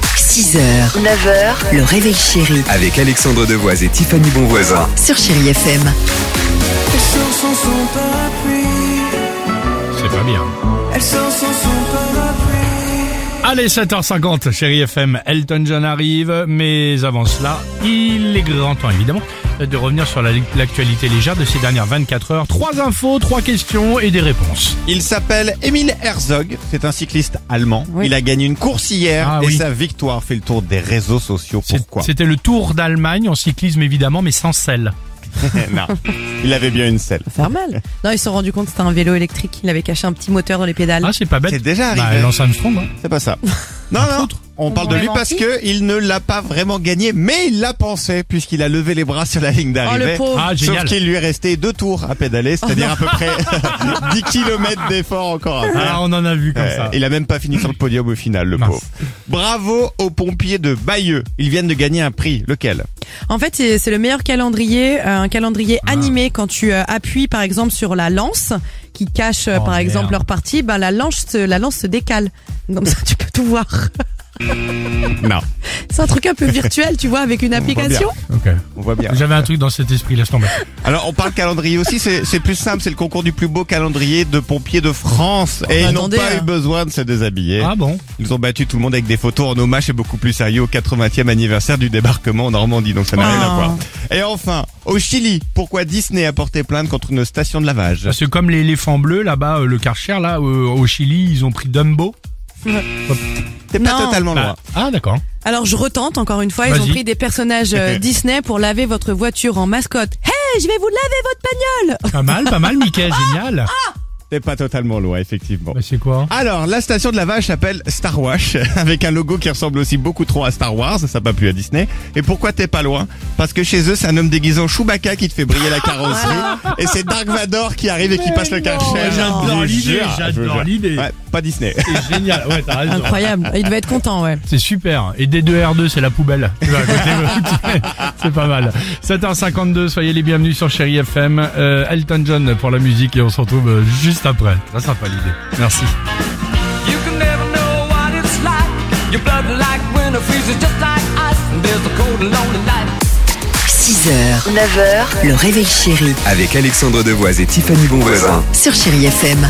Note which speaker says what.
Speaker 1: 6h, 9h, le réveil chéri
Speaker 2: Avec Alexandre Devoise et Tiffany Bonvoisin.
Speaker 1: sur Chéri FM.
Speaker 3: Elle sort sans son parapluie.
Speaker 4: C'est pas bien.
Speaker 3: Elle sort sans son parapluie.
Speaker 4: Allez, 7h50, chérie FM, Elton John arrive, mais avant cela, il est grand temps évidemment de revenir sur la- l'actualité légère de ces dernières 24 heures. Trois infos, trois questions et des réponses.
Speaker 5: Il s'appelle Emil Herzog, c'est un cycliste allemand. Il a gagné une course hier
Speaker 4: Ah
Speaker 5: et
Speaker 4: oui.
Speaker 5: sa victoire fait le tour des réseaux sociaux.
Speaker 4: C'est-
Speaker 5: Pourquoi
Speaker 4: C'était le Tour d'Allemagne en cyclisme évidemment, mais sans sel.
Speaker 5: Non, Eh ben, il avait bien une selle.
Speaker 6: Faire mal. Non, ils se sont rendus compte que c'était un vélo électrique. Il avait caché un petit moteur dans les pédales.
Speaker 4: Ah, c'est pas bête.
Speaker 5: C'est déjà
Speaker 4: Bah,
Speaker 5: arrivé.
Speaker 4: Lance Armstrong, hein.
Speaker 5: C'est pas ça. Non, non. On parle de lui parce que il ne l'a pas vraiment gagné, mais il l'a pensé puisqu'il a levé les bras sur la ligne
Speaker 6: oh, le
Speaker 5: d'arrivée.
Speaker 6: pauvre.
Speaker 4: Ah,
Speaker 5: Sauf
Speaker 4: génial.
Speaker 5: qu'il lui restait deux tours à pédaler, c'est-à-dire à peu près 10 kilomètres d'effort encore à faire.
Speaker 4: Ah, on en a vu comme
Speaker 5: Euh,
Speaker 4: ça.
Speaker 5: Il a même pas fini sur le podium au final, le
Speaker 4: Mince.
Speaker 5: pauvre. Bravo aux pompiers de Bayeux. Ils viennent de gagner un prix. Lequel
Speaker 6: En fait, c'est c'est le meilleur calendrier, euh, un calendrier
Speaker 4: Ah.
Speaker 6: animé. Quand tu euh, appuies, par exemple, sur la lance qui cache, euh,
Speaker 4: Oh,
Speaker 6: par
Speaker 4: merde.
Speaker 6: exemple, leur partie, ben, la, lance se, la lance se décale. Comme ça, tu peux tout voir.
Speaker 5: Non.
Speaker 6: C'est un truc un peu virtuel, tu vois, avec une application.
Speaker 4: Ok.
Speaker 5: On voit bien.
Speaker 4: J'avais un truc dans cet esprit, laisse tomber.
Speaker 5: Alors on parle calendrier aussi, c'est c'est plus simple, c'est le concours du plus beau calendrier de pompiers de France. Et ils n'ont
Speaker 6: attendez,
Speaker 5: pas
Speaker 6: hein.
Speaker 5: eu besoin de se déshabiller.
Speaker 4: Ah bon
Speaker 5: Ils ont battu tout le monde avec des photos en hommage et beaucoup plus sérieux au 80e anniversaire du débarquement en Normandie, donc ça n'a rien à
Speaker 6: Ah.
Speaker 5: voir. Et enfin, au Chili, pourquoi Disney a porté plainte contre une station de lavage
Speaker 4: Parce que comme l'éléphant bleu, là-bas, euh, le Karcher, là, euh, au Chili, ils ont pris Dumbo.
Speaker 5: T'es pas
Speaker 6: Non. Bah.
Speaker 5: totalement loin.
Speaker 4: Ah, ah, d'accord.
Speaker 6: Alors, je retente encore une fois. Ils
Speaker 4: Vas-y.
Speaker 6: ont pris des personnages euh, Disney pour laver votre voiture en mascotte. Hey, je vais vous laver votre bagnole.
Speaker 4: Pas mal, pas mal, Mickey, génial.
Speaker 5: T'es pas totalement loin, effectivement.
Speaker 4: Bah, c'est quoi
Speaker 5: Alors, la station de lavage s'appelle Star Wash, avec un logo qui ressemble aussi beaucoup trop à Star Wars, ça n'a pas plu à Disney. Et pourquoi t'es pas loin Parce que chez eux, c'est un homme déguisé en Chewbacca qui te fait briller la carrosserie, et c'est Dark Vador qui arrive et qui passe le
Speaker 4: Ouais,
Speaker 5: karcher. Je
Speaker 4: J'adore
Speaker 5: vous
Speaker 4: l'idée,
Speaker 5: jure, je vous
Speaker 4: j'adore
Speaker 5: jure.
Speaker 4: l'idée.
Speaker 5: Ouais, pas Disney.
Speaker 4: C'est génial, ouais, t'as raison.
Speaker 6: Incroyable. Il devait être content, ouais.
Speaker 4: C'est super. Et D2R2, c'est la poubelle. Tu vas à côté, c'est pas mal. 7h52, soyez les bienvenus sur Chéri FM. Euh, Elton John pour la musique et on se retrouve euh, juste après. Très sympa l'idée. Merci.
Speaker 7: You can never know what it's like. Your blood like winter freezes just like ice. And there's a cold and lonely night.
Speaker 1: 6h, 9h, le réveil chéri
Speaker 2: Avec Alexandre Devoise et Tiffany Bonvoisin.
Speaker 1: sur Chéri FM.